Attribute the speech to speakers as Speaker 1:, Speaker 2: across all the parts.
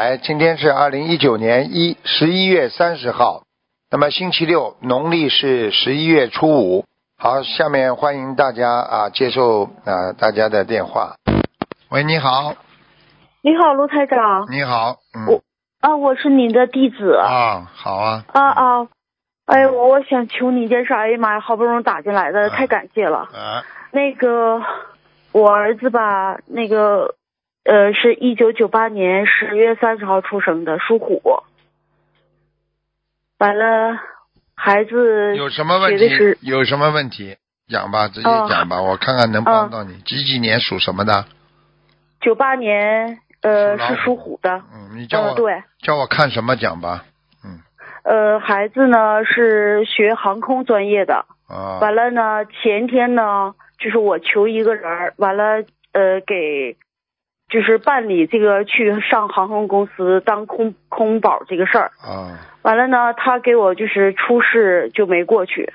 Speaker 1: 哎今天是二零一九年一十一月三十号，那么星期六，农历是十一月初五。好，下面欢迎大家啊接受啊大家的电话。喂，你好，
Speaker 2: 你好，卢台长。
Speaker 1: 你好，嗯
Speaker 2: 我啊，我是您的弟子。
Speaker 1: 啊，好啊，
Speaker 2: 啊啊，哎，我我想求你一件事儿。哎呀妈呀，好不容易打进来的，
Speaker 1: 啊
Speaker 2: 太感谢了。
Speaker 1: 啊
Speaker 2: 那个，我儿子吧，那个，呃，是一九九八年十月三十号出生的，属虎。完了，孩子
Speaker 1: 有什么问
Speaker 2: 学的
Speaker 1: 题
Speaker 2: 是？
Speaker 1: 有什么问题？讲吧，直接
Speaker 2: 哦
Speaker 1: 讲吧，我看看能帮到你。几几年属什么的？
Speaker 2: 九八年，呃，
Speaker 1: 属老虎
Speaker 2: 是属虎的。
Speaker 1: 嗯，你叫
Speaker 2: 呃，
Speaker 1: 我
Speaker 2: 对，
Speaker 1: 叫我看什么讲吧。嗯
Speaker 2: 呃，孩子呢是学航空专业的。
Speaker 1: 啊，
Speaker 2: 完了呢，前天呢，就是我求一个人儿，完了呃给，就是办理这个去上航空公司当空空保这个事儿。
Speaker 1: 啊
Speaker 2: 完了呢，他给我就是出事就没过去。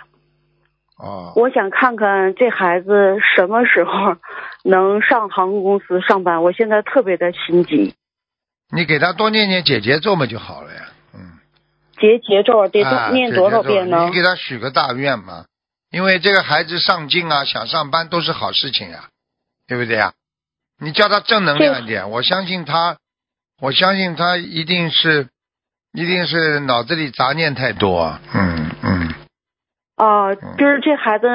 Speaker 1: 啊
Speaker 2: 我想看看这孩子什么时候能上航空公司上班，我现在特别的心急。
Speaker 1: 你给他多念念解结咒嘛就好了呀。嗯，
Speaker 2: 结节奏得
Speaker 1: 啊
Speaker 2: 念多少
Speaker 1: 解结咒
Speaker 2: 遍呢
Speaker 1: 你？给他许个大愿嘛，因为这个孩子上进啊，想上班都是好事情呀、对不对呀、你叫他正能量一点，我相信他，我相信他一定是，一定是脑子里杂念太多啊。嗯嗯，
Speaker 2: 啊，就是这孩子，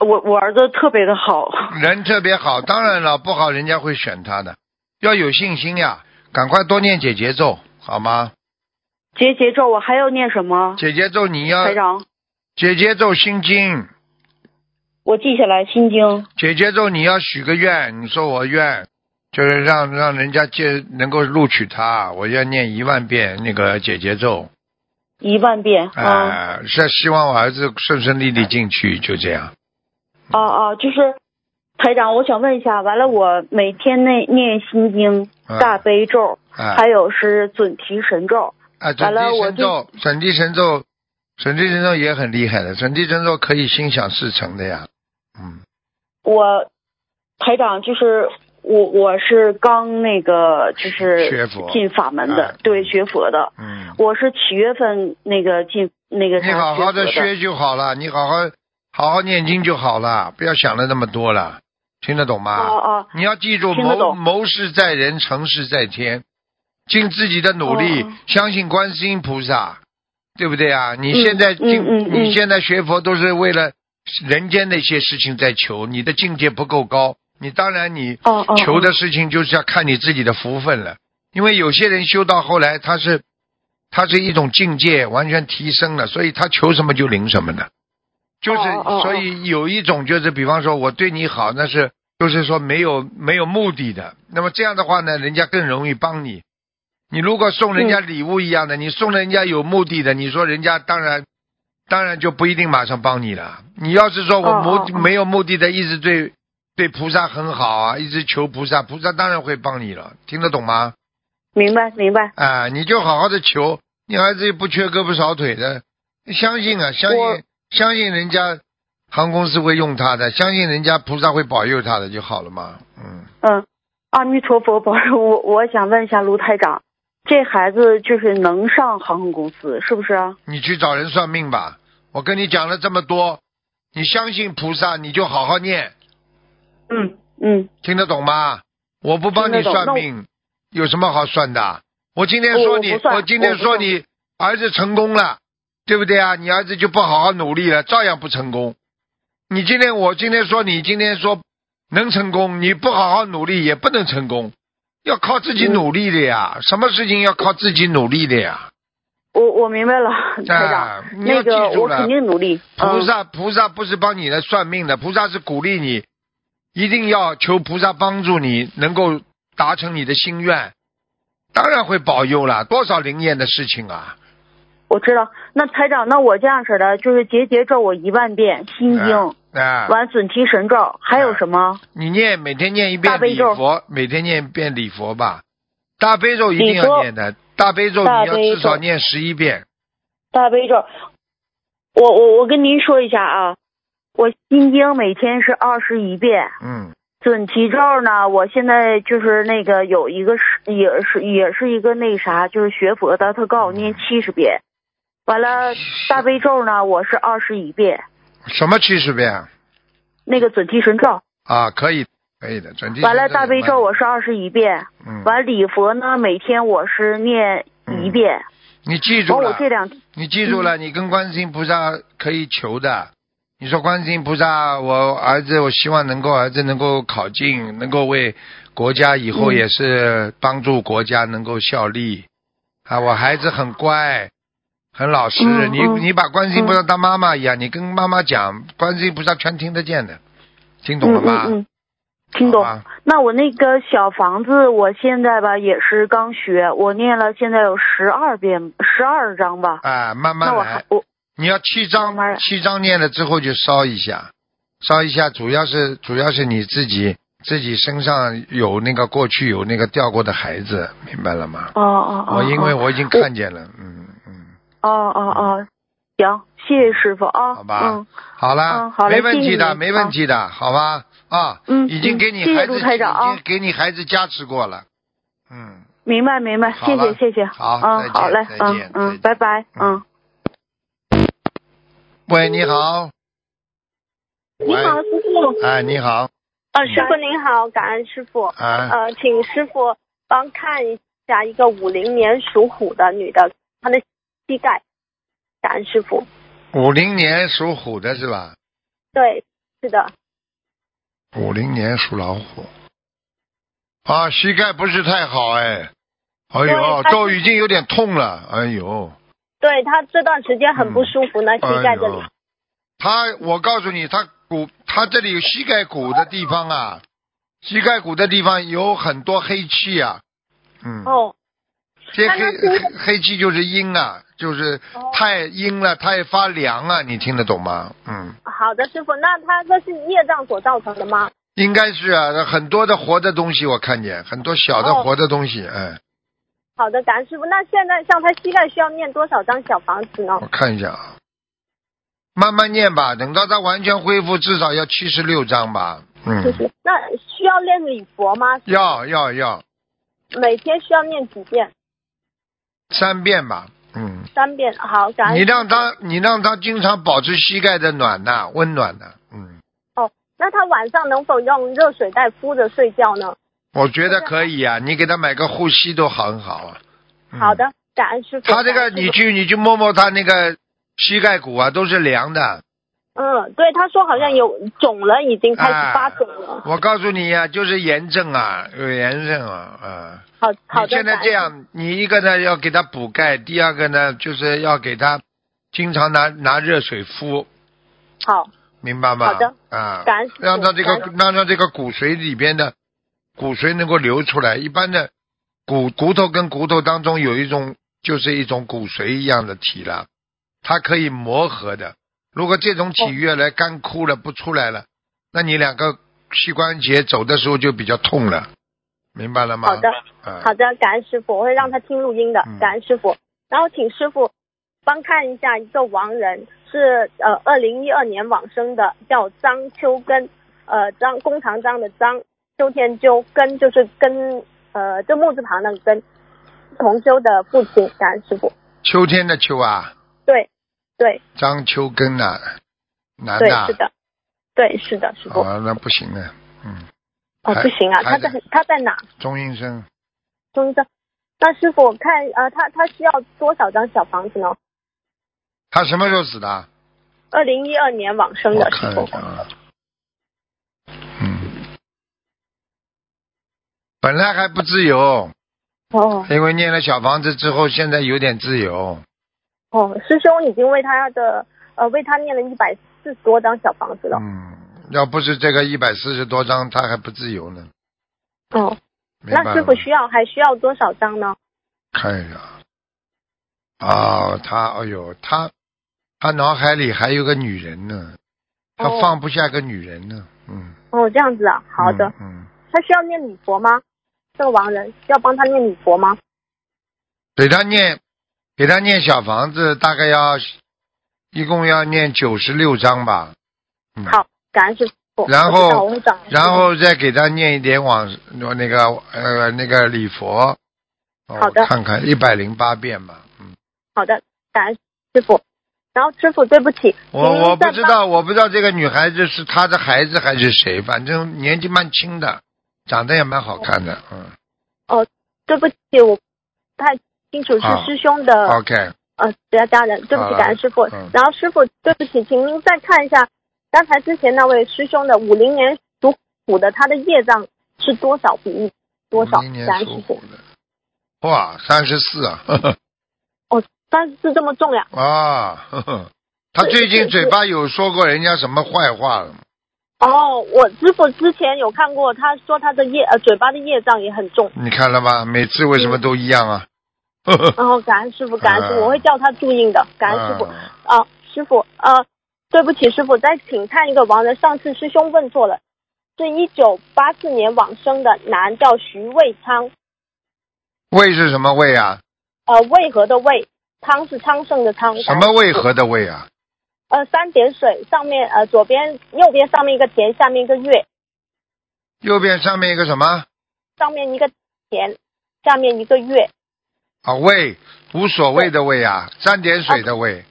Speaker 2: 我我儿子特别的好。
Speaker 1: 人特别好，当然了，不好人家会选他的，要有信心呀，赶快多念解结咒，好吗？
Speaker 2: 结节奏我还要念什么？
Speaker 1: 解结咒你要
Speaker 2: 台长。
Speaker 1: 解结咒心经，
Speaker 2: 我记下来《心经》
Speaker 1: 解结咒你要许个愿，你说我愿就是让让人家借能够录取他，我要念一万遍那个解结咒，
Speaker 2: 一万遍
Speaker 1: 哎、
Speaker 2: 啊
Speaker 1: 是希望我儿子顺顺利利进去，就这样。
Speaker 2: 啊啊！就是台长，我想问一下，完了我每天那念《心经》
Speaker 1: 嗯、
Speaker 2: 大悲咒，
Speaker 1: 哎
Speaker 2: 还有是准提神咒
Speaker 1: 啊，准
Speaker 2: 完了
Speaker 1: 提
Speaker 2: 我
Speaker 1: 神咒，准提神咒，准提神咒也很厉害的，准提神咒可以心想事成的呀。嗯，
Speaker 2: 我台长就是我我是刚那个就
Speaker 1: 学
Speaker 2: 是
Speaker 1: 佛
Speaker 2: 进法门的
Speaker 1: 嗯，
Speaker 2: 对学佛的，
Speaker 1: 嗯，
Speaker 2: 我是七月份那个进那个
Speaker 1: 你好
Speaker 2: 啥
Speaker 1: 好
Speaker 2: 佛
Speaker 1: 的
Speaker 2: 的。
Speaker 1: 学就好了，你好好好好念经就好了，不要想的那么多了，听得懂吗？
Speaker 2: 哦哦
Speaker 1: 你要记住，
Speaker 2: 听得
Speaker 1: 谋
Speaker 2: 懂
Speaker 1: 谋事在人，成事在天，尽自己的努力，
Speaker 2: 哦
Speaker 1: 相信观世音菩萨，对不对啊？你现在
Speaker 2: 嗯
Speaker 1: 进，
Speaker 2: 嗯嗯
Speaker 1: 你现在学佛都是为了人间的一些事情在求，你的境界不够高，你当然你
Speaker 2: 哦哦，
Speaker 1: 求的事情就是要看你自己的福分了，因为有些人修到后来，他是他是一种境界完全提升了，所以他求什么就灵什么的，就是
Speaker 2: 哦哦哦
Speaker 1: 所以有一种就是，比方说我对你好，那是就是说没有没有目的的，那么这样的话呢，人家更容易帮你。你如果送
Speaker 2: 嗯
Speaker 1: 人家礼物一样的，你送人家有目的的，你说人家当然当然就不一定马上帮你了。你要是说我
Speaker 2: 哦
Speaker 1: 目、
Speaker 2: 哦哦
Speaker 1: 没有目的的，一直对对菩萨很好啊，一直求菩萨，菩萨当然会帮你了，听得懂吗？
Speaker 2: 明白明白。
Speaker 1: 啊、你就好好的求，你儿子也不缺胳膊少腿的，相信啊，相
Speaker 2: 我
Speaker 1: 信相信人家航空公司会用他的，相信人家菩萨会保佑他的就好了嘛，嗯。
Speaker 2: 嗯，阿弥陀佛，保佑我。我想问一下卢台长，这孩子就是能上航空公司是不是啊？
Speaker 1: 你去找人算命吧。我跟你讲了这么多，你相信菩萨，你就好好念，
Speaker 2: 嗯嗯，
Speaker 1: 听得懂吗？我不帮你
Speaker 2: 听得懂
Speaker 1: 算命，有什么好算的？我今天说你，
Speaker 2: 我我不算
Speaker 1: 今天说你儿子成功了，对不对啊？你儿子就不好好努力了，照样不成功。你今天我今天说你今天说能成功，你不好好努力也不能成功，要靠自己
Speaker 2: 嗯
Speaker 1: 努力的呀。什么事情要靠自己努力的呀？
Speaker 2: 我我明白了，台长。
Speaker 1: 啊，你要
Speaker 2: 那
Speaker 1: 记
Speaker 2: 个
Speaker 1: 住
Speaker 2: 我
Speaker 1: 了，
Speaker 2: 肯定努力。
Speaker 1: 菩
Speaker 2: 嗯
Speaker 1: 萨菩萨不是帮你来算命的，菩萨是鼓励你，一定要求菩萨帮助你，能够达成你的心愿，当然会保佑了。多少灵验的事情啊！
Speaker 2: 我知道。那台长，那我这样式的，就是结节咒我一万遍，心
Speaker 3: 嗯
Speaker 2: 经，
Speaker 1: 啊，啊
Speaker 2: 完准提神咒，还有什么？
Speaker 1: 你念每天念一
Speaker 2: 大
Speaker 1: 遍
Speaker 2: 悲
Speaker 1: 礼
Speaker 2: 咒
Speaker 1: 佛，每天念一遍礼佛吧。大悲咒一定
Speaker 2: 礼
Speaker 1: 要
Speaker 2: 佛
Speaker 1: 念的，大悲咒你
Speaker 2: 大
Speaker 1: 要
Speaker 2: 悲
Speaker 1: 至少
Speaker 2: 咒
Speaker 1: 念十一遍。
Speaker 2: 大悲咒。我我我跟您说一下啊，我心经每天是二十一遍，
Speaker 1: 嗯，
Speaker 3: 准提咒呢，我现在就是那个有一个是也是也是一个那啥，就是学佛的，他告诉我念七十遍，完了呃大悲咒呢，我是二十一遍，
Speaker 1: 什么七十遍啊
Speaker 3: 那个准提神咒，
Speaker 1: 啊？可以，可以的，准提神咒
Speaker 3: 完了大悲咒我是二十一遍，
Speaker 1: 嗯，
Speaker 3: 完礼佛呢每天我是念一遍，
Speaker 1: 你记住
Speaker 3: 完
Speaker 1: 了
Speaker 3: 哦我，这两
Speaker 1: 你记住
Speaker 3: 嗯
Speaker 1: 了，你跟观世音菩萨可以求的。你说观世音菩萨，我儿子，我希望能够儿子能够考进，能够为国家以后
Speaker 3: 嗯
Speaker 1: 也是帮助国家能够效力。啊，我孩子很乖，很老实。
Speaker 3: 嗯
Speaker 1: 你
Speaker 3: 嗯
Speaker 1: 你把观世音菩萨当妈妈一样，你跟妈妈讲，观世音菩萨全听得见的，听懂了吗？
Speaker 3: 嗯嗯嗯，听懂
Speaker 1: 好。吧
Speaker 3: 那我那个小房子，我现在吧也是刚学，我念了现在有十二遍，十二章吧。
Speaker 1: 啊，慢
Speaker 3: 那
Speaker 1: 慢
Speaker 3: 我
Speaker 1: 来
Speaker 3: 还。我
Speaker 1: 你要七张
Speaker 3: 慢慢，来
Speaker 1: 七张念了之后就烧一下，烧一下，主要是主要是你自己自己身上有那个过去有那个掉过的孩子，明白了吗？
Speaker 3: 哦哦哦，
Speaker 1: 我因为
Speaker 3: 哦
Speaker 1: 我已经看见了，嗯嗯，
Speaker 3: 哦哦哦，行，谢谢师傅啊。
Speaker 1: 好吧
Speaker 3: 嗯
Speaker 1: 好啦，
Speaker 3: 嗯好嘞
Speaker 1: 没问题
Speaker 3: 谢谢
Speaker 1: 的，
Speaker 3: 你哦
Speaker 1: 没问题的，好吧？啊，
Speaker 3: 嗯，
Speaker 1: 已经给你
Speaker 3: 嗯谢
Speaker 1: 孩
Speaker 3: 谢
Speaker 1: 子，
Speaker 3: 卢台长
Speaker 1: 已
Speaker 3: 啊
Speaker 1: 经，给你孩子加持过了，嗯，
Speaker 3: 明白明白，
Speaker 1: 好
Speaker 3: 谢
Speaker 1: 了
Speaker 3: 谢谢谢。
Speaker 1: 好再
Speaker 3: 嗯，
Speaker 1: 见
Speaker 3: 好嘞
Speaker 1: 再，见
Speaker 3: 嗯
Speaker 1: 再见
Speaker 3: 嗯，拜拜，
Speaker 1: 嗯
Speaker 3: 嗯。
Speaker 1: 喂，你好，
Speaker 3: 嗯
Speaker 2: 你好，师傅。
Speaker 1: 哎，你好，
Speaker 2: 呃，师傅您好，感恩师傅。
Speaker 1: 啊，
Speaker 2: 呃，请师傅帮看一下一个五零年属虎的女的，她的膝盖。感恩师傅。
Speaker 1: 五零年属虎的是吧？
Speaker 2: 对，是的，
Speaker 1: 五零年属老虎，啊，膝盖不是太好哎，哎呦，
Speaker 2: 对他
Speaker 1: 都已经有点痛了，哎呦，
Speaker 2: 对她这段时间很不舒服呢，膝
Speaker 1: 哎
Speaker 2: 盖这里
Speaker 1: 呦。，他，我告诉你，他骨，他这里有膝盖骨的地方啊，膝盖骨的地方有很多黑气啊，嗯，
Speaker 2: 哦，
Speaker 1: 这
Speaker 2: 那
Speaker 1: 黑
Speaker 2: 他是
Speaker 1: 黑黑气就是阴啊，就是
Speaker 2: 哦
Speaker 1: 太阴了，太发凉啊，你听得懂吗？嗯，
Speaker 2: 好的，师傅，那她这是业障所造成的吗？
Speaker 1: 应该是啊，很多的活的东西我看见，很多小的
Speaker 2: 哦
Speaker 1: 活的东西，哎。
Speaker 2: 好的，感恩师傅。那现在像她膝盖需要念多少张小房子呢
Speaker 1: 我？看一下啊，慢慢念吧，等到它完全恢复，至少要七十六章吧。
Speaker 2: 就
Speaker 1: 嗯，
Speaker 2: 是那需要念礼佛吗？
Speaker 1: 要要要
Speaker 2: 每天需要念几遍？
Speaker 1: 三遍吧。嗯，
Speaker 2: 三遍。好，感恩
Speaker 1: 你
Speaker 2: 师傅。
Speaker 1: 让他你让他经常保持膝盖的暖呐、温暖呐、嗯，
Speaker 2: 那他晚上能否用热水袋敷着睡觉呢？
Speaker 1: 我觉得可以啊，你给他买个护膝都很好啊。嗯
Speaker 2: 好。的，感恩师傅。
Speaker 1: 他这
Speaker 2: 感
Speaker 1: 个
Speaker 2: 恩师
Speaker 1: 你
Speaker 2: 傅
Speaker 1: 去你去摸摸他那个膝盖骨啊，都是凉的。
Speaker 2: 嗯，对，他说好像有肿了，已经开始发肿了。
Speaker 1: 我告诉你呀、就是炎症啊，有炎症啊，嗯。
Speaker 2: 好好
Speaker 1: 你
Speaker 2: 的，
Speaker 1: 现在
Speaker 2: 感恩
Speaker 1: 这，样，你一个呢要给他补钙，第二个呢就是要给他经常拿拿热水敷，
Speaker 2: 好，
Speaker 1: 明白吗？
Speaker 2: 好的。
Speaker 1: 啊，
Speaker 2: 感恩师傅
Speaker 1: 让他这个
Speaker 2: 感恩
Speaker 1: 让他这个骨髓里边的骨髓能够流出来。一般的骨骨头跟骨头当中有一种就是一种骨髓一样的体了，它可以磨合的。如果这种体越来干枯了不出来了，那你两个膝关节走的时候就比较痛了，明白了吗？
Speaker 2: 好的，
Speaker 1: 啊、
Speaker 2: 好的，感恩师傅，我会让他听录音的
Speaker 1: 嗯，
Speaker 2: 感恩师傅。然后请师傅帮看一下一个亡人，是呃二零一二年往生的，叫张秋根，呃张弓长张的张，秋天秋根就是根，呃就木字旁那个根，同修的父亲，感恩师傅。
Speaker 1: 秋天的秋啊，
Speaker 2: 对，对，
Speaker 1: 张秋根呐、男
Speaker 2: 对
Speaker 1: 的啊，，
Speaker 2: 是的，对，是的，师傅。哦，
Speaker 1: 哦，那不行了，嗯，
Speaker 2: 不行啊，
Speaker 1: 还
Speaker 2: 他在他在哪？
Speaker 1: 钟医生，
Speaker 2: 中正。那师傅，我看呃，他他需要多少张小房子呢？
Speaker 1: 他什么时候死的啊？
Speaker 2: 二零一二年往生
Speaker 1: 我
Speaker 2: 的师
Speaker 1: 看一，
Speaker 2: 傅
Speaker 1: 下啊，嗯，本来还不自由，
Speaker 2: 哦
Speaker 1: 因为念了小房子之后，现在有点自由，
Speaker 2: 哦，师兄已经为他的呃为他念了一百四十多张小房子了。
Speaker 1: 嗯，要不是这个一百四十多张，他还不自由呢。
Speaker 2: 哦，
Speaker 1: 嗯明白
Speaker 2: 那师
Speaker 1: 了
Speaker 2: 傅
Speaker 1: 吗？
Speaker 2: 需要还需要多少张呢？
Speaker 1: 看一下，啊、他，哎呦，他，他脑海里还有个女人呢，他
Speaker 2: 哦
Speaker 1: 放不下个女人呢，嗯，
Speaker 2: 哦，这样子啊，好的。
Speaker 1: 嗯，嗯，
Speaker 2: 他需要念礼佛吗？这个亡人需要帮他念礼佛吗？
Speaker 1: 给他念，给他念小房子，大概要，一共要念九十六章吧，嗯，
Speaker 2: 好，感恩师傅。
Speaker 1: 然
Speaker 2: 我知道
Speaker 1: 后
Speaker 2: 我会找。
Speaker 1: 然后再给他念一点往那个呃那个礼佛，哦
Speaker 2: 好的
Speaker 1: 看看一百零八遍吧。嗯，
Speaker 2: 好的，感恩师傅。然后师傅，对不起，
Speaker 1: 我
Speaker 2: 您
Speaker 1: 我
Speaker 2: 嗯再
Speaker 1: 不知道，我不知道这个女孩子是她的孩子还是谁，反正年纪蛮轻的，长得也蛮好看的。嗯
Speaker 2: 对不起，我不太清楚
Speaker 1: 啊
Speaker 2: 是师兄的、
Speaker 1: ，OK，
Speaker 2: 呃其他家人，对不
Speaker 1: 好
Speaker 2: 起，
Speaker 1: 了
Speaker 2: 感恩师傅。
Speaker 1: 嗯
Speaker 2: 然后师傅，对不起，请您再看一下刚才之前那位师兄的五零年属虎的，他的业障是多少比例？多少？
Speaker 1: 明
Speaker 2: 感
Speaker 1: 年
Speaker 2: 恩
Speaker 1: 属
Speaker 2: 师傅
Speaker 1: 虎。的，哇，三十四啊， 呵呵
Speaker 2: 但是这么重呀？
Speaker 1: 啊，呵呵，他
Speaker 2: 是
Speaker 1: 最
Speaker 2: 是
Speaker 1: 近
Speaker 2: 是
Speaker 1: 嘴巴有说过人家什么坏话了吗？
Speaker 2: 哦，我师傅之前有看过，他说他的业呃嘴巴的业障也很重。
Speaker 1: 你看了吧？每次为什么都一样啊？呵呵，
Speaker 2: 然后感恩师傅，感恩师
Speaker 1: 啊
Speaker 2: 傅，我会叫他注印的。 感恩师傅。
Speaker 1: 啊
Speaker 2: 啊，师傅，呃，对不起，师傅，再请看一个亡人，上次师兄问错了，是一九八四年往生的男，叫徐渭昌，
Speaker 1: 胃是什么胃啊？
Speaker 2: 呃，渭河的渭，昌是昌盛的昌，
Speaker 1: 什么胃？和的胃啊？
Speaker 2: 呃，三点水上面，呃，左边右边上面一个田，下面一个月，
Speaker 1: 右边上面一个什么
Speaker 2: 上面一个田，下面一个月，
Speaker 1: 啊？胃，无所谓的胃啊，三点水的胃，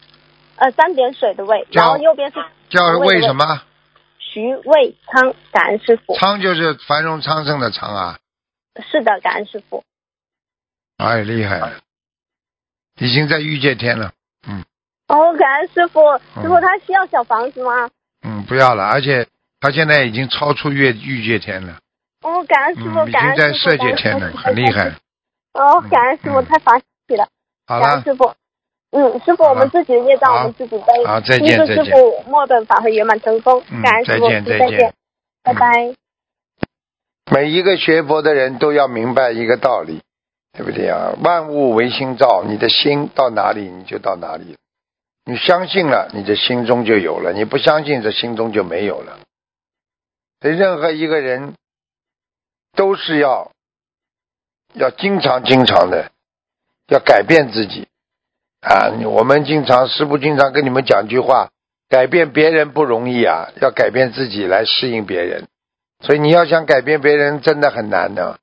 Speaker 2: 呃，三点水的渭，
Speaker 1: 叫
Speaker 2: 然后右边是
Speaker 1: 叫
Speaker 2: 胃
Speaker 1: 胃什么？
Speaker 2: 徐渭昌，感恩师傅，
Speaker 1: 昌就是繁荣昌盛的昌啊！
Speaker 2: 是的，感恩师傅，
Speaker 1: 哎，厉害了，已经在御界天了。
Speaker 2: 哦，感恩师傅，
Speaker 1: 嗯
Speaker 2: 师傅他需要小房子吗？
Speaker 1: 嗯，不要了，而且他现在已经超出越御界天了，
Speaker 2: 哦，感恩师傅，
Speaker 1: 嗯，已
Speaker 2: 感
Speaker 1: 经
Speaker 2: 恩
Speaker 1: 在
Speaker 2: 师
Speaker 1: 色
Speaker 2: 傅，
Speaker 1: 界天了，很厉害。
Speaker 2: 哦，感恩师傅，
Speaker 1: 嗯
Speaker 2: 太法喜了，
Speaker 1: 好
Speaker 2: 感恩
Speaker 1: 了，
Speaker 2: 师傅。嗯，师傅，
Speaker 1: 好
Speaker 2: 我
Speaker 1: 了
Speaker 2: 们自己的业障
Speaker 1: 好
Speaker 2: 我们自己背。
Speaker 1: 好再见
Speaker 2: 第一个
Speaker 1: 再
Speaker 2: 师
Speaker 1: 见
Speaker 2: 傅末本法会圆满成功，
Speaker 1: 嗯
Speaker 2: 感恩师傅，
Speaker 1: 再见再
Speaker 2: 再
Speaker 1: 见
Speaker 2: 见，拜拜。
Speaker 1: 每一个学佛的人都要明白一个道理，对不对啊？万物唯心造，你的心到哪里，你就到哪里。你相信了，你的心中就有了；你不相信，这心中就没有了。所以，任何一个人都是要要经常、经常的要改变自己啊！你我们经常师傅经常跟你们讲句话：改变别人不容易啊，要改变自己来适应别人。所以你要想改变别人，真的很难的。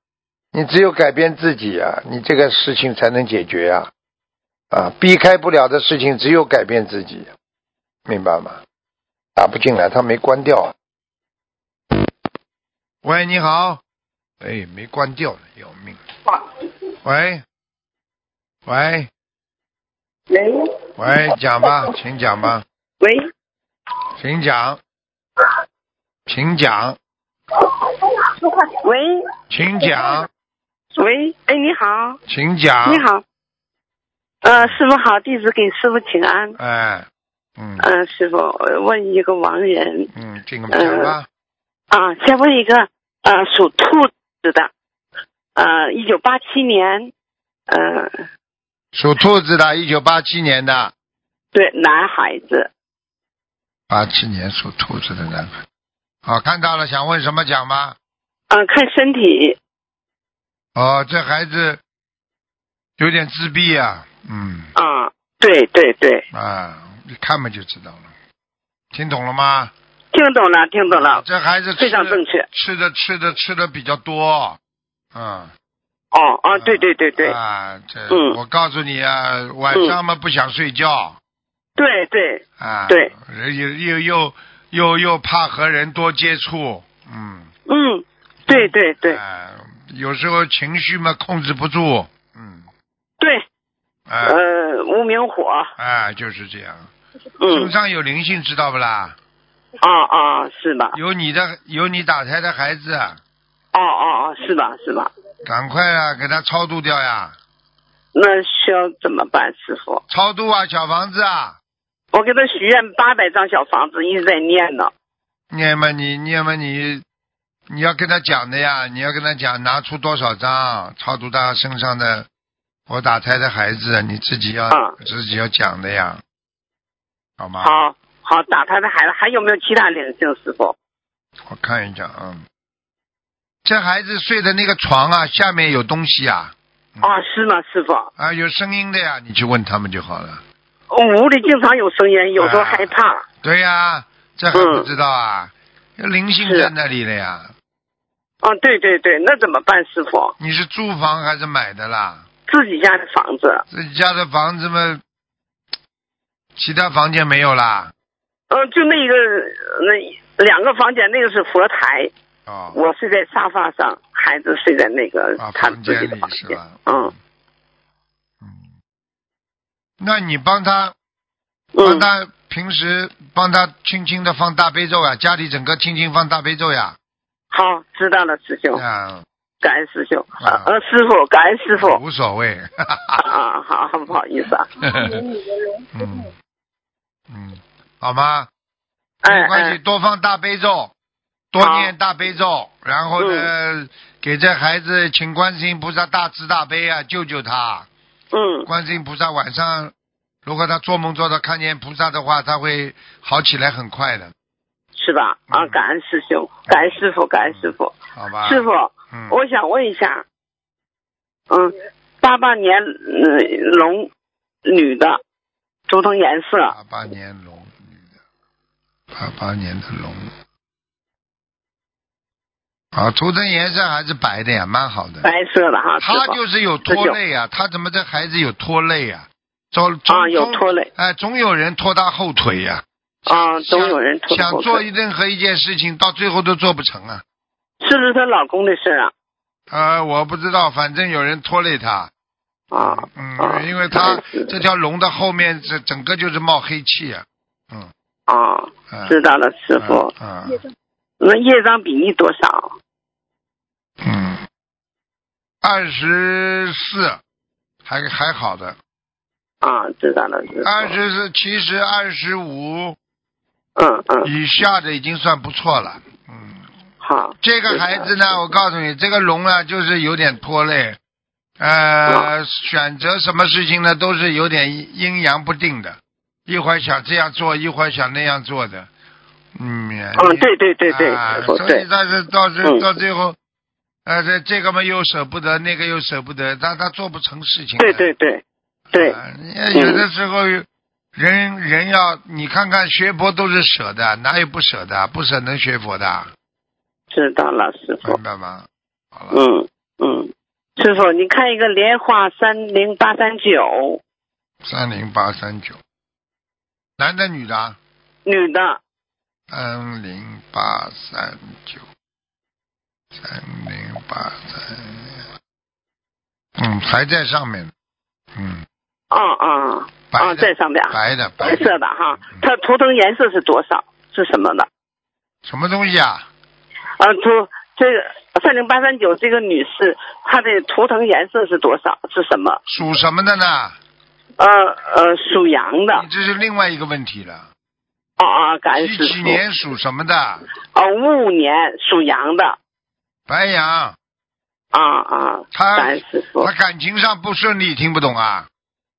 Speaker 1: 你只有改变自己啊，你这个事情才能解决啊。啊，避开不了的事情，只有改变自己，啊明白吗？打不进来，他没关掉。啊喂，你好。哎，没关掉，要命。喂，喂，
Speaker 4: 喂
Speaker 1: 喂，讲吧，请讲吧，
Speaker 4: 喂，
Speaker 1: 请讲，请讲，
Speaker 4: 说话。喂
Speaker 1: 请讲，
Speaker 4: 喂，哎，你好，
Speaker 1: 请讲。
Speaker 4: 你。好，呃，师傅好，弟子给师傅请安。
Speaker 1: 哎，嗯。
Speaker 4: 呃，师傅，我问一个亡人
Speaker 1: 嗯，这个讲吧，
Speaker 4: 啊，先问一个呃属兔子的，呃，一九八七年，呃，
Speaker 1: 属兔子的，一九八七年的，
Speaker 4: 对，男孩子，
Speaker 1: 八七年属兔子的男孩。好，看到了，想问什么讲吧？
Speaker 4: 嗯、看身体，
Speaker 1: 哦，这孩子有点自闭啊，嗯
Speaker 4: 啊，对对对，
Speaker 1: 啊，一看嘛就知道了，听懂了吗？
Speaker 4: 听懂了，听懂了，
Speaker 1: 啊这孩子吃
Speaker 4: 非常正
Speaker 1: 的
Speaker 4: 确。
Speaker 1: 吃的吃的吃的比较多，嗯，
Speaker 4: 哦哦，对对对对
Speaker 1: 啊，这、
Speaker 4: 嗯
Speaker 1: 我告诉你啊，晚上嘛不想睡觉
Speaker 4: 对对，
Speaker 1: 啊，
Speaker 4: 对，
Speaker 1: 又又又又又怕和人多接触，嗯。
Speaker 4: 嗯，对对对
Speaker 1: 啊，有时候情绪嘛控制不住，嗯，
Speaker 4: 对，
Speaker 1: 啊、
Speaker 4: 呃，无名火，
Speaker 1: 啊，就是这样。
Speaker 4: 嗯
Speaker 1: 身。上有灵性，知道不啦？
Speaker 4: 啊啊，是吧？
Speaker 1: 有你的，有你打胎的孩子，啊
Speaker 4: 哦哦哦，是吧？是吧？
Speaker 1: 赶快啊，给他超度掉呀！
Speaker 4: 那需要怎么办，师傅？
Speaker 1: 超度啊，小房子啊，
Speaker 4: 我给他许愿八百张小房子，一直在念呢。
Speaker 1: 念嘛你念嘛你，你要跟他讲的呀，你要跟他讲拿出多少张超度他身上的我打胎的孩子，你自己要、
Speaker 4: 啊
Speaker 1: 自己要讲的呀，好吗？，
Speaker 4: 好好打他的孩子，还有没有其他灵性，师傅？
Speaker 1: 我看一下啊，这孩子睡的那个床啊，下面有东西啊，
Speaker 4: 啊，是吗，师傅？
Speaker 1: 啊，有声音的呀，你去问他们就好了。
Speaker 4: 哦
Speaker 1: 哎
Speaker 4: 我屋里经常有声音，有时候害怕。
Speaker 1: 对呀、这还不知道啊？灵性
Speaker 4: 嗯是
Speaker 1: 在那里了呀。
Speaker 4: 嗯，对对对，那怎么办，师傅？
Speaker 1: 你是租房还是买的啦？
Speaker 4: 自己家的房子，
Speaker 1: 自己家的房子嘛，其他房间没有啦。
Speaker 4: 嗯，就那个那两个房间，那个是佛台，
Speaker 1: 哦，
Speaker 4: 我睡在沙发上，孩子睡在那个
Speaker 1: 啊，
Speaker 4: 他
Speaker 1: 房
Speaker 4: 自己
Speaker 1: 间
Speaker 4: 的
Speaker 1: 里
Speaker 4: 房
Speaker 1: 是
Speaker 4: 间
Speaker 1: 吧。？
Speaker 4: 嗯
Speaker 1: 嗯，那你帮他帮
Speaker 4: 嗯，
Speaker 1: 他平时帮他轻轻的放大悲咒呀、家里整个轻轻放大悲咒呀、
Speaker 4: 好，知道了，师兄，
Speaker 1: 啊，
Speaker 4: 感恩师兄，
Speaker 1: 啊
Speaker 4: 呃，师傅，感恩师傅
Speaker 1: 无所谓。
Speaker 4: 啊，好，好不好意思啊，
Speaker 1: 嗯嗯，好吗？
Speaker 4: 哎
Speaker 1: 没关系，
Speaker 4: 哎，
Speaker 1: 多放大悲咒，多
Speaker 4: 好嗯
Speaker 1: 念大悲咒，然后呢，给这孩子请观世音菩萨大慈大悲啊，救救 他。
Speaker 4: 嗯，
Speaker 1: 观世音菩萨晚上，如果他做梦做到看见菩萨的话，他会好起来很快的，
Speaker 4: 是吧？啊，
Speaker 1: 嗯
Speaker 4: 感恩师兄，感恩师傅，感恩师傅，
Speaker 1: 好吧？
Speaker 4: 师傅，
Speaker 1: 嗯，
Speaker 4: 我想问一下，嗯，八八年嗯龙女的，图腾颜色
Speaker 1: 八八年龙女的，八八年的龙。啊，图腾颜色还是白的呀，蛮好的。
Speaker 4: 白色的哈，师
Speaker 1: 他
Speaker 4: 傅
Speaker 1: 就是有拖累啊，他怎么这孩子有拖累啊？总总
Speaker 4: 啊有
Speaker 1: 总
Speaker 4: 拖累
Speaker 1: 哎，总有人拖他后腿呀、
Speaker 4: 啊，总有人拖
Speaker 1: 想
Speaker 4: 后
Speaker 1: 做
Speaker 4: 腿，
Speaker 1: 任何一件事情，到最后都做不成啊。
Speaker 4: 是不是她老公的事啊？
Speaker 1: 呃，我不知道，反正有人拖累他。
Speaker 4: 啊，啊
Speaker 1: 嗯，因为他
Speaker 4: 是
Speaker 1: 这条龙的后面这整个就是冒黑气啊。嗯
Speaker 4: 啊，
Speaker 1: 嗯，
Speaker 4: 知道了，师傅，
Speaker 1: 嗯
Speaker 4: 那业障比例多少？
Speaker 1: 嗯，二十四，还还好的。
Speaker 4: 啊，知道了，师
Speaker 1: 二
Speaker 4: 傅，
Speaker 1: 十四，其实二十五
Speaker 4: 嗯嗯，
Speaker 1: 以下的已经算不错了。嗯。
Speaker 4: 好，
Speaker 1: 这个孩子呢，我告诉你，这个龙啊，就是有点拖累，
Speaker 4: 啊
Speaker 1: 呃，选择什么事情呢，都是有点阴阳不定的，一会儿想这样做，一会儿想那样做的，嗯，
Speaker 4: 嗯，对对对对，
Speaker 1: 啊
Speaker 4: 师傅
Speaker 1: 所以
Speaker 4: 对，
Speaker 1: 但是到最
Speaker 4: 嗯
Speaker 1: 到最后，呃，这这个嘛又舍不得，那个又舍不得，但他做不成事情的，
Speaker 4: 对对对对，嗯
Speaker 1: 啊你看有的时候，人人要你看看学佛都是舍的，哪有不舍的？不舍能学佛的，
Speaker 4: 知道了，师傅
Speaker 1: 明，白吗？好了。
Speaker 4: 嗯嗯，师傅，你看一个莲花三零八三九，
Speaker 1: 三零八三九，男的女的啊？
Speaker 4: 女的，
Speaker 1: 三零八三九，三零八三，嗯，还在上面，嗯，
Speaker 4: 啊啊
Speaker 1: 白
Speaker 4: 啊，
Speaker 1: 的，
Speaker 4: 在上面啊，
Speaker 1: 白的，白的，
Speaker 4: 白
Speaker 1: 嗯
Speaker 4: 色的哈，它图腾颜色是多少？是什么的？
Speaker 1: 什么东西啊？
Speaker 4: 啊，图这个三零八三九这个女士，她的图腾颜色是多少？是什么？
Speaker 1: 属什么的呢？
Speaker 4: 呃呃，属羊的
Speaker 1: 你，这是另外一个问题了。
Speaker 4: 啊啊，感恩
Speaker 1: 几
Speaker 4: 师
Speaker 1: 几
Speaker 4: 傅，
Speaker 1: 年属什么的？
Speaker 4: 啊，五五年属羊的，
Speaker 1: 白羊，
Speaker 4: 啊啊，
Speaker 1: 他
Speaker 4: 感恩师傅
Speaker 1: 他，感情上不顺利，听不懂啊？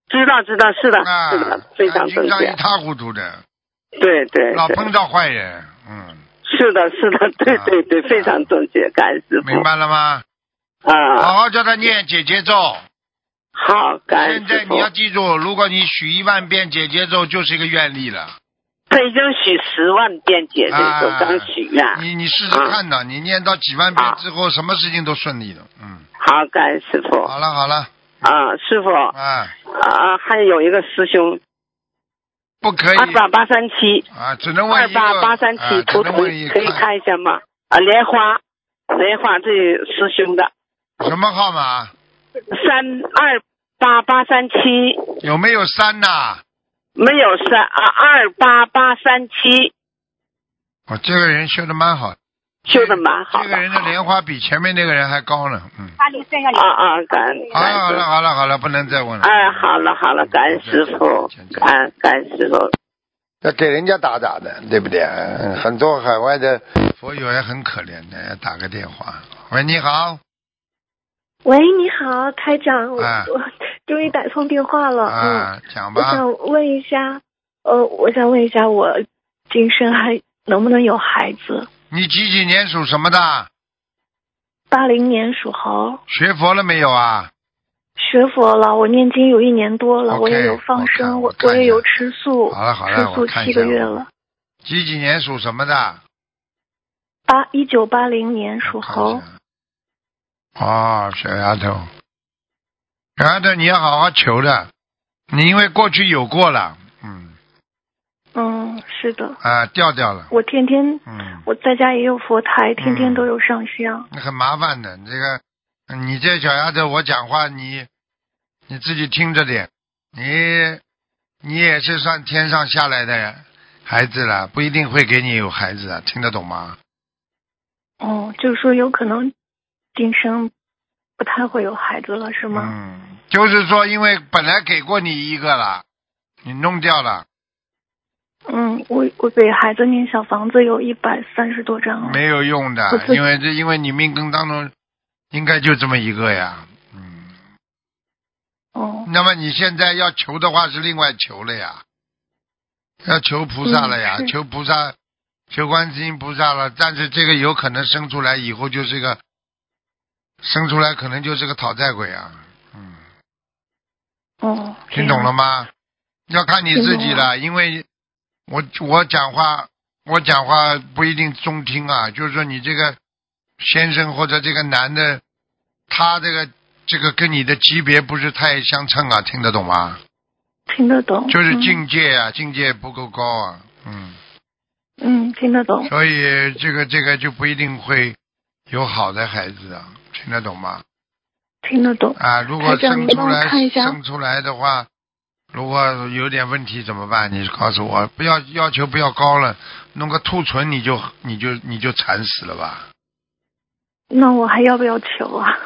Speaker 4: 知道知道， 是的，
Speaker 1: 啊
Speaker 4: 是的，，非常
Speaker 1: 感情
Speaker 4: 正
Speaker 1: 上一
Speaker 4: 确，
Speaker 1: 塌糊涂的，
Speaker 4: 对对
Speaker 1: 老
Speaker 4: 对
Speaker 1: 碰，到坏人，嗯，
Speaker 4: 是的，是的，对对对，非常正确，感恩师
Speaker 1: 啊明
Speaker 4: 傅，
Speaker 1: 白了吗？好
Speaker 4: 啊，
Speaker 1: 好叫他念姐姐咒。
Speaker 4: 好，感
Speaker 1: 现
Speaker 4: 恩师
Speaker 1: 在
Speaker 4: 傅
Speaker 1: 你，要记住，如果你许一万遍姐姐咒，就是一个愿力了。
Speaker 4: 他已经许十万遍解这首
Speaker 1: 啊
Speaker 4: 刚许愿，
Speaker 1: 你你试试看
Speaker 4: 嗯
Speaker 1: 呐，你念到几万遍之
Speaker 4: 啊
Speaker 1: 后，什么事情都顺利的。嗯，
Speaker 4: 好，感恩师傅
Speaker 1: 好了好了，
Speaker 4: 啊，师傅
Speaker 1: 啊，
Speaker 4: 啊，还有一个师兄
Speaker 1: 不可
Speaker 4: 二
Speaker 1: 以
Speaker 4: 八八三七
Speaker 1: 啊，只能问
Speaker 4: 二
Speaker 1: 一个。
Speaker 4: 八八三
Speaker 1: 啊
Speaker 4: 七图
Speaker 1: 只
Speaker 4: 腾
Speaker 1: 能问一
Speaker 4: 可以看一下吗？啊，莲花莲花这师兄的
Speaker 1: 什么号码？
Speaker 4: 三二八八三七
Speaker 1: 有没有三呐？
Speaker 4: 没有三啊二八八三七
Speaker 1: 我哦这个人修的蛮好，
Speaker 4: 修的蛮好
Speaker 1: 这个
Speaker 4: 的
Speaker 1: 人的莲花比前面那个人还高呢。嗯，
Speaker 4: 啊啊，感恩
Speaker 1: 好了
Speaker 4: 感
Speaker 1: 好
Speaker 4: 恩
Speaker 1: 了
Speaker 4: 师
Speaker 1: 好了好了，不能再问
Speaker 4: 傅
Speaker 1: 了。
Speaker 4: 哎，好了好了，感恩师傅
Speaker 1: 再见，再见
Speaker 4: 感恩感恩师傅。
Speaker 1: 要给人家打打的，对不对？嗯很多海外的佛友也很可怜的，要打个电话。喂，你好，
Speaker 5: 喂，你好，台长，我、
Speaker 1: 啊
Speaker 5: 我终于打通电话了。
Speaker 1: 啊，讲
Speaker 5: 嗯，我
Speaker 1: 吧。
Speaker 5: 想问一下，呃，我想问一下，我今生还能不能有孩子？
Speaker 1: 你几几年属什么的？
Speaker 5: 八零年属猴，
Speaker 1: 学佛了没有啊？
Speaker 5: 学佛了，我念经有一年多了
Speaker 1: OK，
Speaker 5: 我也有放
Speaker 1: 我看
Speaker 5: 生，我
Speaker 1: 我看一下
Speaker 5: 也有吃素，
Speaker 1: 好了好了
Speaker 5: 吃
Speaker 1: 我
Speaker 5: 素
Speaker 1: 看一
Speaker 5: 七
Speaker 1: 下
Speaker 5: 个月了。
Speaker 1: 几几年属什么的？
Speaker 5: 八一九八零年属
Speaker 1: 看
Speaker 5: 猴
Speaker 1: 一。下。哦，小丫头，小丫头，你要好好求的，你因为过去有过了，嗯，
Speaker 5: 嗯，是的，
Speaker 1: 啊，掉掉了，
Speaker 5: 我天天
Speaker 1: 嗯，
Speaker 5: 我在家也有佛台，天天都有上香。
Speaker 1: 那很麻烦的。这个，你这小丫头，我讲话你你自己听着点，你你也是算天上下来的孩子了，不一定会给你有孩子的，听得懂吗？嗯
Speaker 5: 哦、就是说有可能今生不太会有孩子了，是吗？
Speaker 1: 嗯，就是说，因为本来给过你一个了，你弄掉了。
Speaker 5: 嗯，我我给孩子念小房子有一百三十多张了。啊
Speaker 1: 没有用
Speaker 5: 我
Speaker 1: 的，
Speaker 5: 自己
Speaker 1: 因为这因为你命根当中应该就这么一个呀。嗯，
Speaker 5: 哦，
Speaker 1: 那么你现在要求的话是另外求了呀，要求菩萨了呀，
Speaker 5: 嗯是
Speaker 1: 求菩萨，求观世音菩萨了。但是这个有可能生出来以后就是个，生出来可能就是个讨债鬼啊。嗯，
Speaker 5: 哦，
Speaker 1: 听懂了
Speaker 5: 吗？
Speaker 1: 吗？要看你自己
Speaker 5: 听懂
Speaker 1: 了，因为我我讲话我讲话不一定中听啊，就是说你这个先生或者这个男的，他这个这个跟你的级别不是太相称啊，听得懂吗？
Speaker 5: 听得懂。嗯
Speaker 1: 就是境界啊，境界不够高啊，嗯，
Speaker 5: 嗯。嗯，听得懂。
Speaker 1: 所以这个这个就不一定会有好的孩子啊，听得懂吗？
Speaker 5: 听得懂。
Speaker 1: 啊，如果
Speaker 5: 台长
Speaker 1: 生
Speaker 5: 你
Speaker 1: 出
Speaker 5: 帮我
Speaker 1: 来
Speaker 5: 看一下
Speaker 1: 生出来的话，如果有点问题怎么办？你告诉我，不要要求不要高了，弄个兔唇你就你就你就惨死了吧？
Speaker 5: 那我还要不要求啊？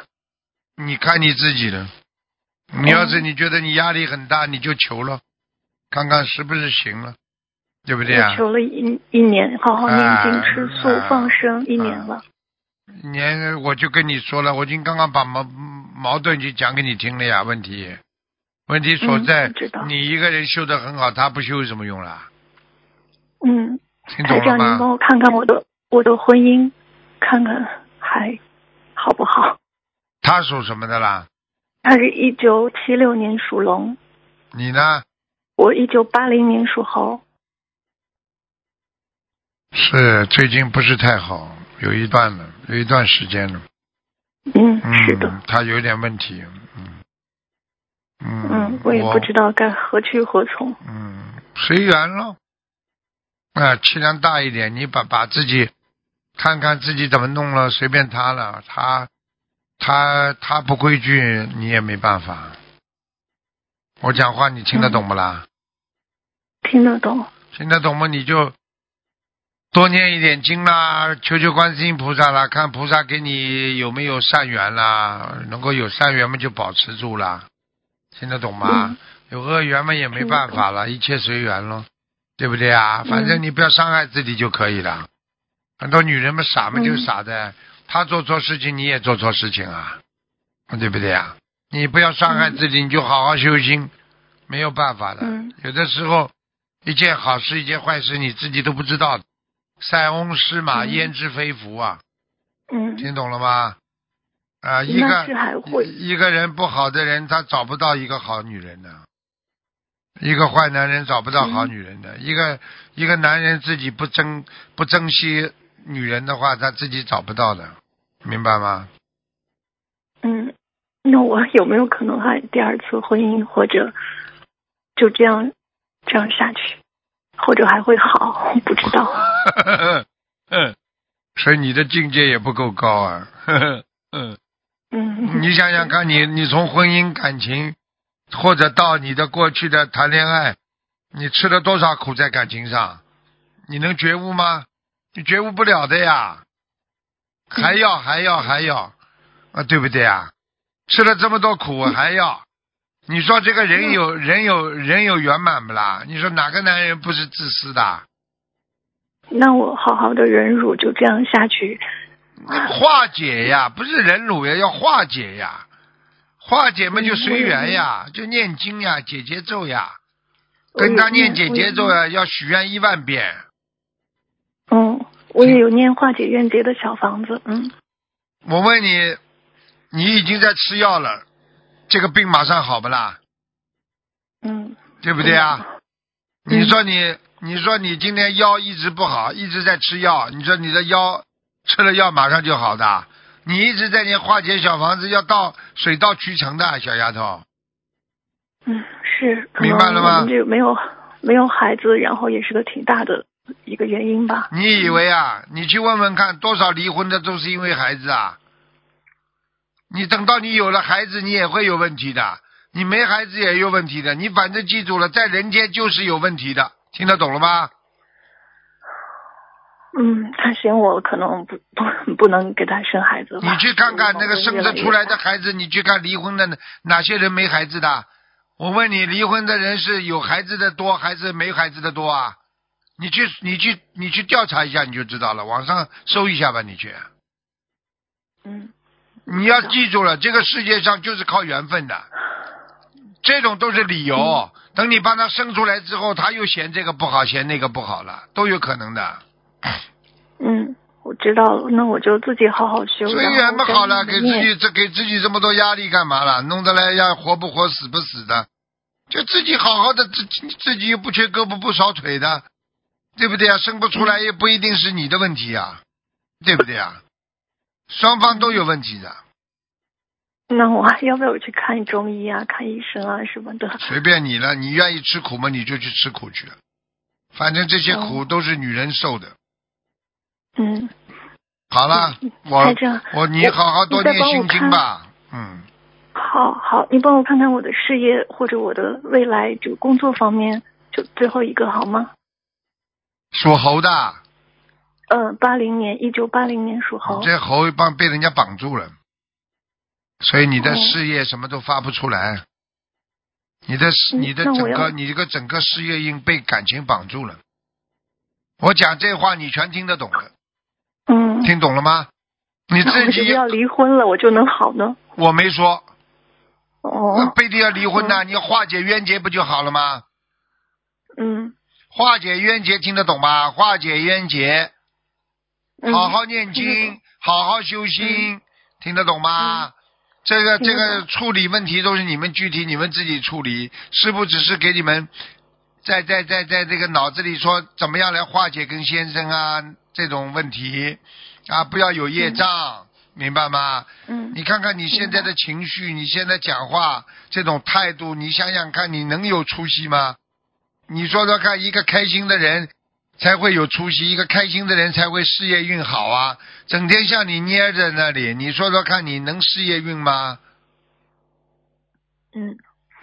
Speaker 1: 你看你自己的，你要是
Speaker 5: 嗯
Speaker 1: 你觉得你压力很大，你就求了，看看是不是行了，对不对啊
Speaker 5: 我？求了一一年，好好念经、
Speaker 1: 啊
Speaker 5: 吃素、
Speaker 1: 啊
Speaker 5: 放生一年了。
Speaker 1: 你我就跟你说了，我已经刚刚把矛矛盾就讲给你听了呀，问题问题所
Speaker 5: 嗯
Speaker 1: 在
Speaker 5: 我知道，
Speaker 1: 你一个人修得很好，他不修有什么用啦？
Speaker 5: 嗯，
Speaker 1: 哎听懂
Speaker 5: 台
Speaker 1: 了吗？
Speaker 5: 长，您帮我看看我的我的婚姻，看看还好不好？
Speaker 1: 他属什么的啦？
Speaker 5: 他是一九七六年属龙，
Speaker 1: 你呢？
Speaker 5: 我一九八零年属猴。
Speaker 1: 是最近不是太好，有一段了，有一段时间了。
Speaker 5: 嗯，
Speaker 1: 嗯，
Speaker 5: 是的。
Speaker 1: 他有点问题。嗯嗯
Speaker 5: 嗯，我也不知
Speaker 1: 道。
Speaker 5: 道该何去何从。
Speaker 1: 嗯，随缘咯。啊、气量大一点，你把把自己看看自己怎么弄了，随便他了，他他他不规矩，你也没办法。我讲话你听得懂不啦？
Speaker 5: 听得懂。
Speaker 1: 听得懂吗？你就多念一点经啦，求求观世音菩萨啦，看菩萨给你有没有善缘啦，能够有善缘嘛就保持住啦，听得懂吗？
Speaker 5: 嗯
Speaker 1: 有恶缘嘛也没办法了，一切随缘咯，对不对啊？
Speaker 5: 嗯
Speaker 1: 反正你不要伤害自己就可以了。很多女人嘛傻嘛
Speaker 5: 嗯
Speaker 1: 就傻的，她做错事情你也做错事情啊，对不对啊？你不要伤害自己，你就好好修心，没有办法的。
Speaker 5: 嗯
Speaker 1: 有的时候一件好事一件坏事你自己都不知道的，塞翁失马
Speaker 5: 嗯
Speaker 1: 焉知非福啊，
Speaker 5: 嗯，
Speaker 1: 听懂了吗？啊、一
Speaker 5: 那是
Speaker 1: 个
Speaker 5: 还会。
Speaker 1: 一个人不好的人，他找不到一个好女人的；一个坏男人找不到好女人的；
Speaker 5: 嗯
Speaker 1: 一个一个男人自己不珍不珍惜女人的话，他自己找不到的，明白吗？
Speaker 5: 嗯，那我有没有可能还第二次婚姻，或者就这样这样下去，或者还会好？不知道。
Speaker 1: 嗯，所以你的境界也不够高啊。 嗯，
Speaker 5: 嗯，
Speaker 1: 你想想看你，你从婚姻感情，或者到你的过去的谈恋爱，你吃了多少苦在感情上？你能觉悟吗？你觉悟不了的呀，还要还要还要，啊，对不对啊？吃了这么多苦还要，你说这个人有人有人有圆满不啦？你说哪个男人不是自私的？
Speaker 5: 那我好好的忍辱，就这样下去。
Speaker 1: 化解呀，不是忍辱呀，要化解呀。化解嘛就随缘呀，就念经呀，解结咒呀，
Speaker 5: 我有
Speaker 1: 跟他念解结
Speaker 5: 我
Speaker 1: 咒
Speaker 5: 有
Speaker 1: 呀，要许愿一万遍。
Speaker 5: 嗯，我也有念化解冤结的小房子。嗯，
Speaker 1: 我问你，你已经在吃药了，这个病马上好不啦？
Speaker 5: 嗯，
Speaker 1: 对不对啊？
Speaker 5: 嗯
Speaker 1: 你说你，你说你今天腰一直不好，一直在吃药，你说你的腰吃了药马上就好的。你一直在念化解小房子，要到水到渠成的，小丫头。
Speaker 5: 嗯，是，可能
Speaker 1: 明白了吗
Speaker 5: 我们这个没有没有孩子，然后也是个挺大的一个原因吧。
Speaker 1: 你以为啊？你去问问看，多少离婚的都是因为孩子啊？你等到你有了孩子，你也会有问题的。你没孩子也有问题的。你反正记住了，在人间就是有问题的，听得懂了吗？
Speaker 5: 嗯，他嫌我可能不不不能给他生孩子吧。
Speaker 1: 你去看看那个
Speaker 5: 所
Speaker 1: 生
Speaker 5: 以越来
Speaker 1: 得
Speaker 5: 越
Speaker 1: 出来
Speaker 5: 大
Speaker 1: 的孩子，你去看离婚的哪些人没孩子的？我问你，离婚的人是有孩子的多还是没孩子的多啊？你去，你去，你去调查一下，你就知道了。网上搜一下吧，你去。
Speaker 5: 嗯
Speaker 1: 你要记住了，这个世界上就是靠缘分的，这种都是理由。
Speaker 5: 嗯
Speaker 1: 等你把他生出来之后，他又嫌这个不好，嫌那个不好了，都有可能的。
Speaker 5: 嗯，我知道了，那我就自己好好修。
Speaker 1: 所
Speaker 5: 然
Speaker 1: 以
Speaker 5: 后
Speaker 1: 什么好了，给
Speaker 5: 跟你
Speaker 1: 自
Speaker 5: 念
Speaker 1: 己这给自己这么多压力干嘛了？弄得来要活不活死不死的，就自己好好的，自己自己又不缺胳膊不少腿的，对不对啊？生不出
Speaker 5: 嗯
Speaker 1: 来也不一定是你的问题啊，对不对啊？双方都有问题的，
Speaker 5: 那我还要不要去看中医啊、看医生啊什么的？
Speaker 1: 随便你了，你愿意吃苦嘛，你就去吃苦去，反正这些
Speaker 5: 哦
Speaker 1: 苦都是女人受的。
Speaker 5: 嗯，
Speaker 1: 好了，
Speaker 5: 那
Speaker 1: 我
Speaker 5: 这样
Speaker 1: 我你
Speaker 5: 我
Speaker 1: 好好多
Speaker 5: 你再
Speaker 1: 念
Speaker 5: 帮我
Speaker 1: 心经
Speaker 5: 看
Speaker 1: 吧，嗯。
Speaker 5: 好好，你帮我看看我的事业或者我的未来就工作方面，就最后一个好吗？
Speaker 1: 属猴的，
Speaker 5: 嗯，八零年，一九八零年属猴
Speaker 1: 你。这猴帮被人家绑住了，所以你的
Speaker 5: 哦
Speaker 1: 事业什么都发不出来，你的事
Speaker 5: 嗯
Speaker 1: 你的
Speaker 5: 那我
Speaker 1: 整
Speaker 5: 要
Speaker 1: 个你这个整个事业因被感情绑住了。我讲这话你全听得懂的，
Speaker 5: 嗯，
Speaker 1: 听懂了吗？你自
Speaker 5: 那我是不
Speaker 1: 己
Speaker 5: 是要离婚了，我就能好呢？
Speaker 1: 我没说，那
Speaker 5: 哦，
Speaker 1: 不一定要离婚呐，你化解冤结不就好了吗？
Speaker 5: 嗯，
Speaker 1: 化解冤结听得懂吧？化解冤结，
Speaker 5: 嗯
Speaker 1: 好好念
Speaker 5: 听得嗯
Speaker 1: 经，好好修心，听得懂吗？这个
Speaker 5: 听
Speaker 1: 这
Speaker 5: 得
Speaker 1: 个
Speaker 5: 懂
Speaker 1: 处理问题都是你们具体你们自己处理，师傅只是给你们在在在在这个脑子里说怎么样来化解跟先生啊这种问题啊，不要有业障，明白吗？
Speaker 5: 嗯
Speaker 1: 你看看你现在的情绪，你现在讲话这种态度，你想想看，你能有出息吗？你说说看，一个开心的人才会有出息，一个开心的人才会事业运好啊！整天像你捏着那里，你说说看，你能事业运吗？
Speaker 5: 嗯，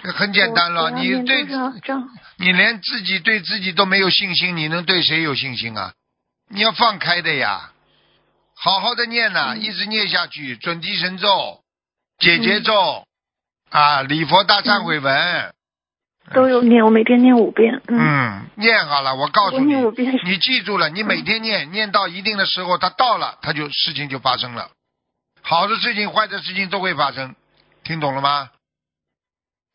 Speaker 1: 这很简单
Speaker 5: 我
Speaker 1: 了，
Speaker 5: 我要
Speaker 1: 你嗯
Speaker 5: 念
Speaker 1: 对
Speaker 5: 多少张？
Speaker 1: 你连自己对自己都没有信心，你能对谁有信心啊？你要放开的呀，好好的念
Speaker 5: 嗯
Speaker 1: 呐、一直念下去，准提神咒、解
Speaker 5: 嗯
Speaker 1: 结咒、啊，礼佛大忏悔文，
Speaker 5: 都有念，我每天念五遍。嗯，
Speaker 1: 嗯，念好了，我告诉
Speaker 5: 我
Speaker 1: 你
Speaker 5: 念五遍，
Speaker 1: 你记住了，你每天念，念到一定的时候，它到了，它就事情就发生了，好的事情、坏的事情都会发生，听懂了吗？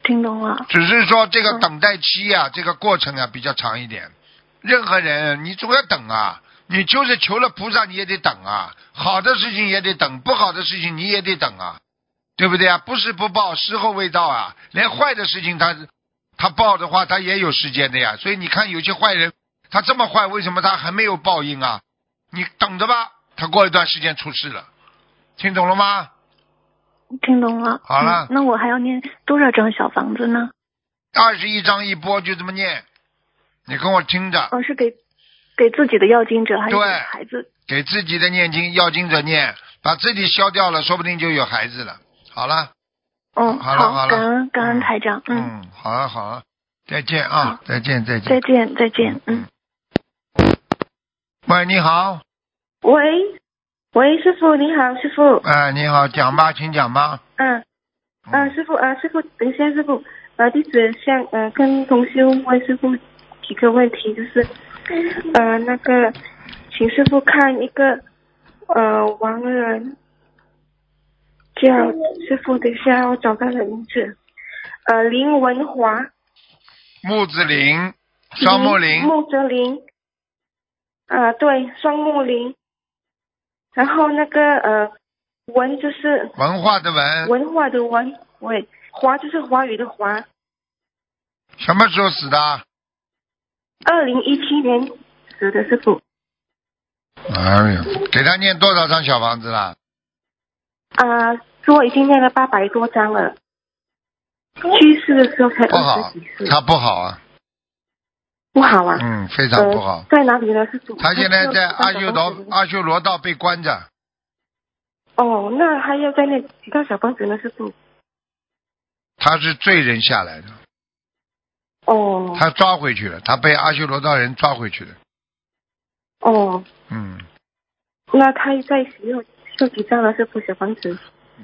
Speaker 5: 听懂了。
Speaker 1: 只是说这个
Speaker 5: 嗯
Speaker 1: 等待期呀、这个过程啊比较长一点。任何人你总要等啊，你就是求了菩萨你也得等啊，好的事情也得等，不好的事情你也得等啊，对不对啊？不是不报，时候未到啊。连坏的事情他他报的话，他也有时间的呀。所以你看有些坏人，他这么坏，为什么他还没有报应啊？你等着吧，他过一段时间出事了，听懂了吗？
Speaker 5: 听懂了。
Speaker 1: 好了
Speaker 5: 嗯那我还要念多少张小房子呢？
Speaker 1: 二十一章一波就这么念，你跟我听着。
Speaker 5: 哦，是给给自己的要经者还是给
Speaker 1: 对
Speaker 5: 孩子？
Speaker 1: 给自己的念经要经者念，把自己消掉了，说不定就有孩子了。好了，
Speaker 5: 嗯，
Speaker 1: 好了好了
Speaker 5: 感恩感
Speaker 1: 嗯
Speaker 5: 恩台长。嗯，
Speaker 1: 嗯，好了好了，再见啊，再见再
Speaker 5: 再
Speaker 1: 见。
Speaker 5: 见再见。嗯。
Speaker 1: 喂，你好，
Speaker 6: 喂，喂，师傅你好，师傅，
Speaker 1: 哎、你好，讲吧，请讲吧。
Speaker 6: 嗯、嗯、
Speaker 1: 嗯，
Speaker 6: 师傅啊、师傅，等一下，师傅，呃，弟子向呃跟同修问师傅几个问题，就是呃那个，请师傅看一个呃亡人，叫师傅，等一下我找到了名字，呃林文华，
Speaker 1: 木子林，双木林，
Speaker 6: 木泽林，啊对，双木林，然后那个呃文就是。
Speaker 1: 文化的文，
Speaker 6: 文化的文，喂，华就是华语的华。
Speaker 1: 什么时候死的？
Speaker 6: 二零一七年死的师傅，
Speaker 1: 哎呀，给他念多少张小房子啦？
Speaker 5: 啊，我已经念了八百多张了，去世的时候才
Speaker 1: 不好
Speaker 5: 二十
Speaker 6: 嗯
Speaker 5: 几岁，，
Speaker 1: 他不好啊，
Speaker 5: 不好啊。
Speaker 1: 嗯，非常不好
Speaker 5: 呃。。在哪里呢？是主。
Speaker 1: 他现在在阿修
Speaker 5: 修
Speaker 1: 罗阿修罗道被关着，
Speaker 5: 哦，那还要在那几套小房子呢？是不？
Speaker 1: 他是罪人下来的，
Speaker 5: 哦
Speaker 1: 他抓回去了，他被阿修罗道人抓回去了。
Speaker 5: 哦，
Speaker 1: 嗯，
Speaker 5: 那他在使用这几张呢？是不小房子？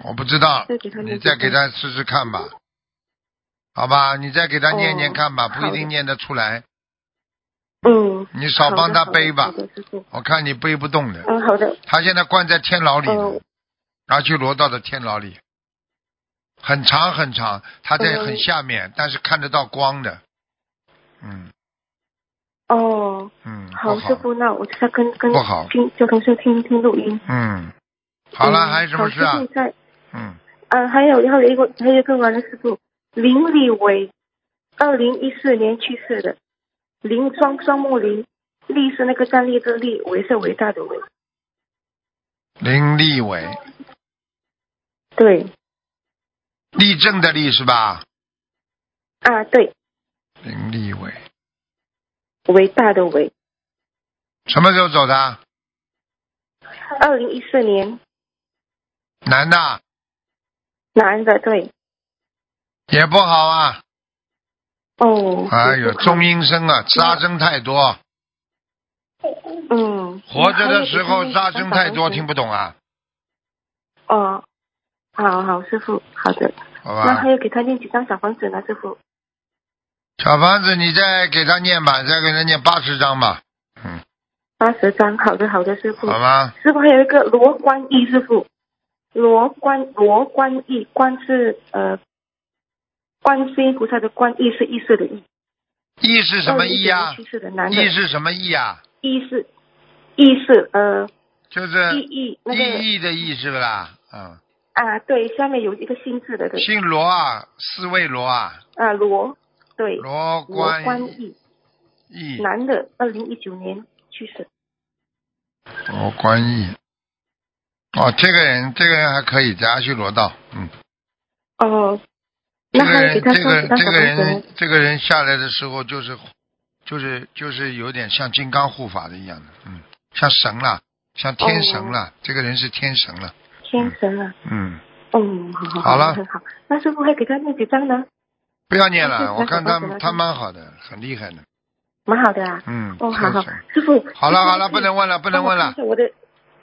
Speaker 1: 我不知道
Speaker 5: 再给他，念
Speaker 1: 你再给他试试看吧，好吧，你再给他念念看吧，
Speaker 5: 哦
Speaker 1: 不一定念得出来，
Speaker 5: 嗯。
Speaker 1: 你少帮他背吧
Speaker 5: 好，的，好的师傅。
Speaker 1: 我看你背不动的。
Speaker 5: 嗯，好的。
Speaker 1: 他现在关在天牢里呢
Speaker 5: 嗯，
Speaker 1: 阿修罗道的天牢里，很长很长，他在
Speaker 5: 嗯
Speaker 1: 很下面，但是看得到光的，嗯
Speaker 5: 哦，
Speaker 1: 嗯，不
Speaker 5: 好，师傅，那我再跟跟
Speaker 1: 不好
Speaker 5: 听交通社听听录音。
Speaker 1: 嗯，好了，
Speaker 5: 嗯
Speaker 1: 还有什么事啊
Speaker 5: 好师？傅在，
Speaker 1: 嗯，
Speaker 5: 嗯，还有还有一个还有一个完了，师傅林李伟，二零一四年去世的，林双双木林，立是那个站立的立，伟是伟大的伟。
Speaker 1: 林立伟，
Speaker 5: 对，
Speaker 1: 立正的立是吧？
Speaker 5: 啊对，
Speaker 1: 林立伟，
Speaker 5: 伟大的伟，
Speaker 1: 什么时候走的？
Speaker 5: 二零一四年
Speaker 1: 男的
Speaker 5: 男的，对。
Speaker 1: 也不好啊，
Speaker 5: 哦，
Speaker 1: 哎呦，
Speaker 5: 师傅
Speaker 1: 中阴身啊，杀生太多，
Speaker 5: 嗯，
Speaker 1: 活着的时候杀生太多，听
Speaker 5: 不？
Speaker 1: 不懂啊，
Speaker 5: 哦，好好，师傅，好的。
Speaker 1: 好吧
Speaker 5: 那还？要给他念几张小房子呢，师傅？
Speaker 1: 小房子，你再给他念吧，再给他念八十章吧，嗯，
Speaker 5: 八十张，好的好的，师傅。
Speaker 1: 好吗？
Speaker 5: 师傅还有一个罗关义师傅，罗关罗关义，关是呃，观世音菩萨的观，义是意识的义。
Speaker 1: 义是什么啊义
Speaker 5: 呀、
Speaker 1: 呀、
Speaker 5: 去世的男的
Speaker 1: 义，是什么义呀、
Speaker 5: 义是义是呃
Speaker 1: 就是
Speaker 5: 意义那个
Speaker 1: 意义的义是不啦？嗯，
Speaker 5: 啊，对，下面有一个心字的对
Speaker 1: 姓罗啊，四位罗啊，
Speaker 5: 啊罗对
Speaker 1: 罗
Speaker 5: 罗
Speaker 1: 关
Speaker 5: 关义
Speaker 1: 义，
Speaker 5: 男的，二零一九年去世。
Speaker 1: 罗关义。哦，这个人，这个人还可以，在阿修罗道，嗯。
Speaker 5: 哦，
Speaker 1: 这
Speaker 5: 那
Speaker 1: 个
Speaker 5: 还要
Speaker 1: 人
Speaker 5: 给，他
Speaker 1: 这
Speaker 5: 送
Speaker 1: 个
Speaker 5: 几
Speaker 1: 这个
Speaker 5: 张小房子呢
Speaker 1: 人？，这个人下来的时候就是，就是就是有点像金刚护法的一样的，嗯，像神了，像天神
Speaker 5: 哦
Speaker 1: 了，这个人是天神了，
Speaker 5: 天神啊，
Speaker 1: 嗯，
Speaker 5: 嗯，好好
Speaker 1: 好了
Speaker 5: 很好。那师傅还给他念几张呢？
Speaker 1: 不要念了，
Speaker 5: 嗯
Speaker 1: 我看他
Speaker 5: 嗯嗯
Speaker 1: 他蛮好的，很厉害的，
Speaker 5: 蛮好的啊。
Speaker 1: 嗯，
Speaker 5: 哦，好好
Speaker 1: 天神，
Speaker 5: 师傅。
Speaker 1: 好了好了，
Speaker 5: 师傅哦
Speaker 1: 不能问了，不能问了，
Speaker 5: 帮我看一下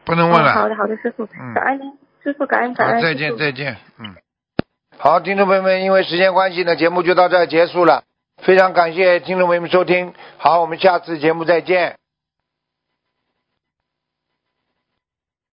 Speaker 1: 不能
Speaker 5: 我
Speaker 1: 问
Speaker 5: 的，哦好
Speaker 1: 了，
Speaker 5: 的好的，师傅，
Speaker 1: 嗯
Speaker 5: 感恩您，师傅感恩感
Speaker 1: 好，
Speaker 5: 恩。
Speaker 1: 再
Speaker 5: 师
Speaker 1: 见
Speaker 5: 父
Speaker 1: 再见，嗯。好，听众朋友们，因为时间关系呢，节目就到这儿结束了，非常感谢听众朋友们收听，好，我们下次节目再见。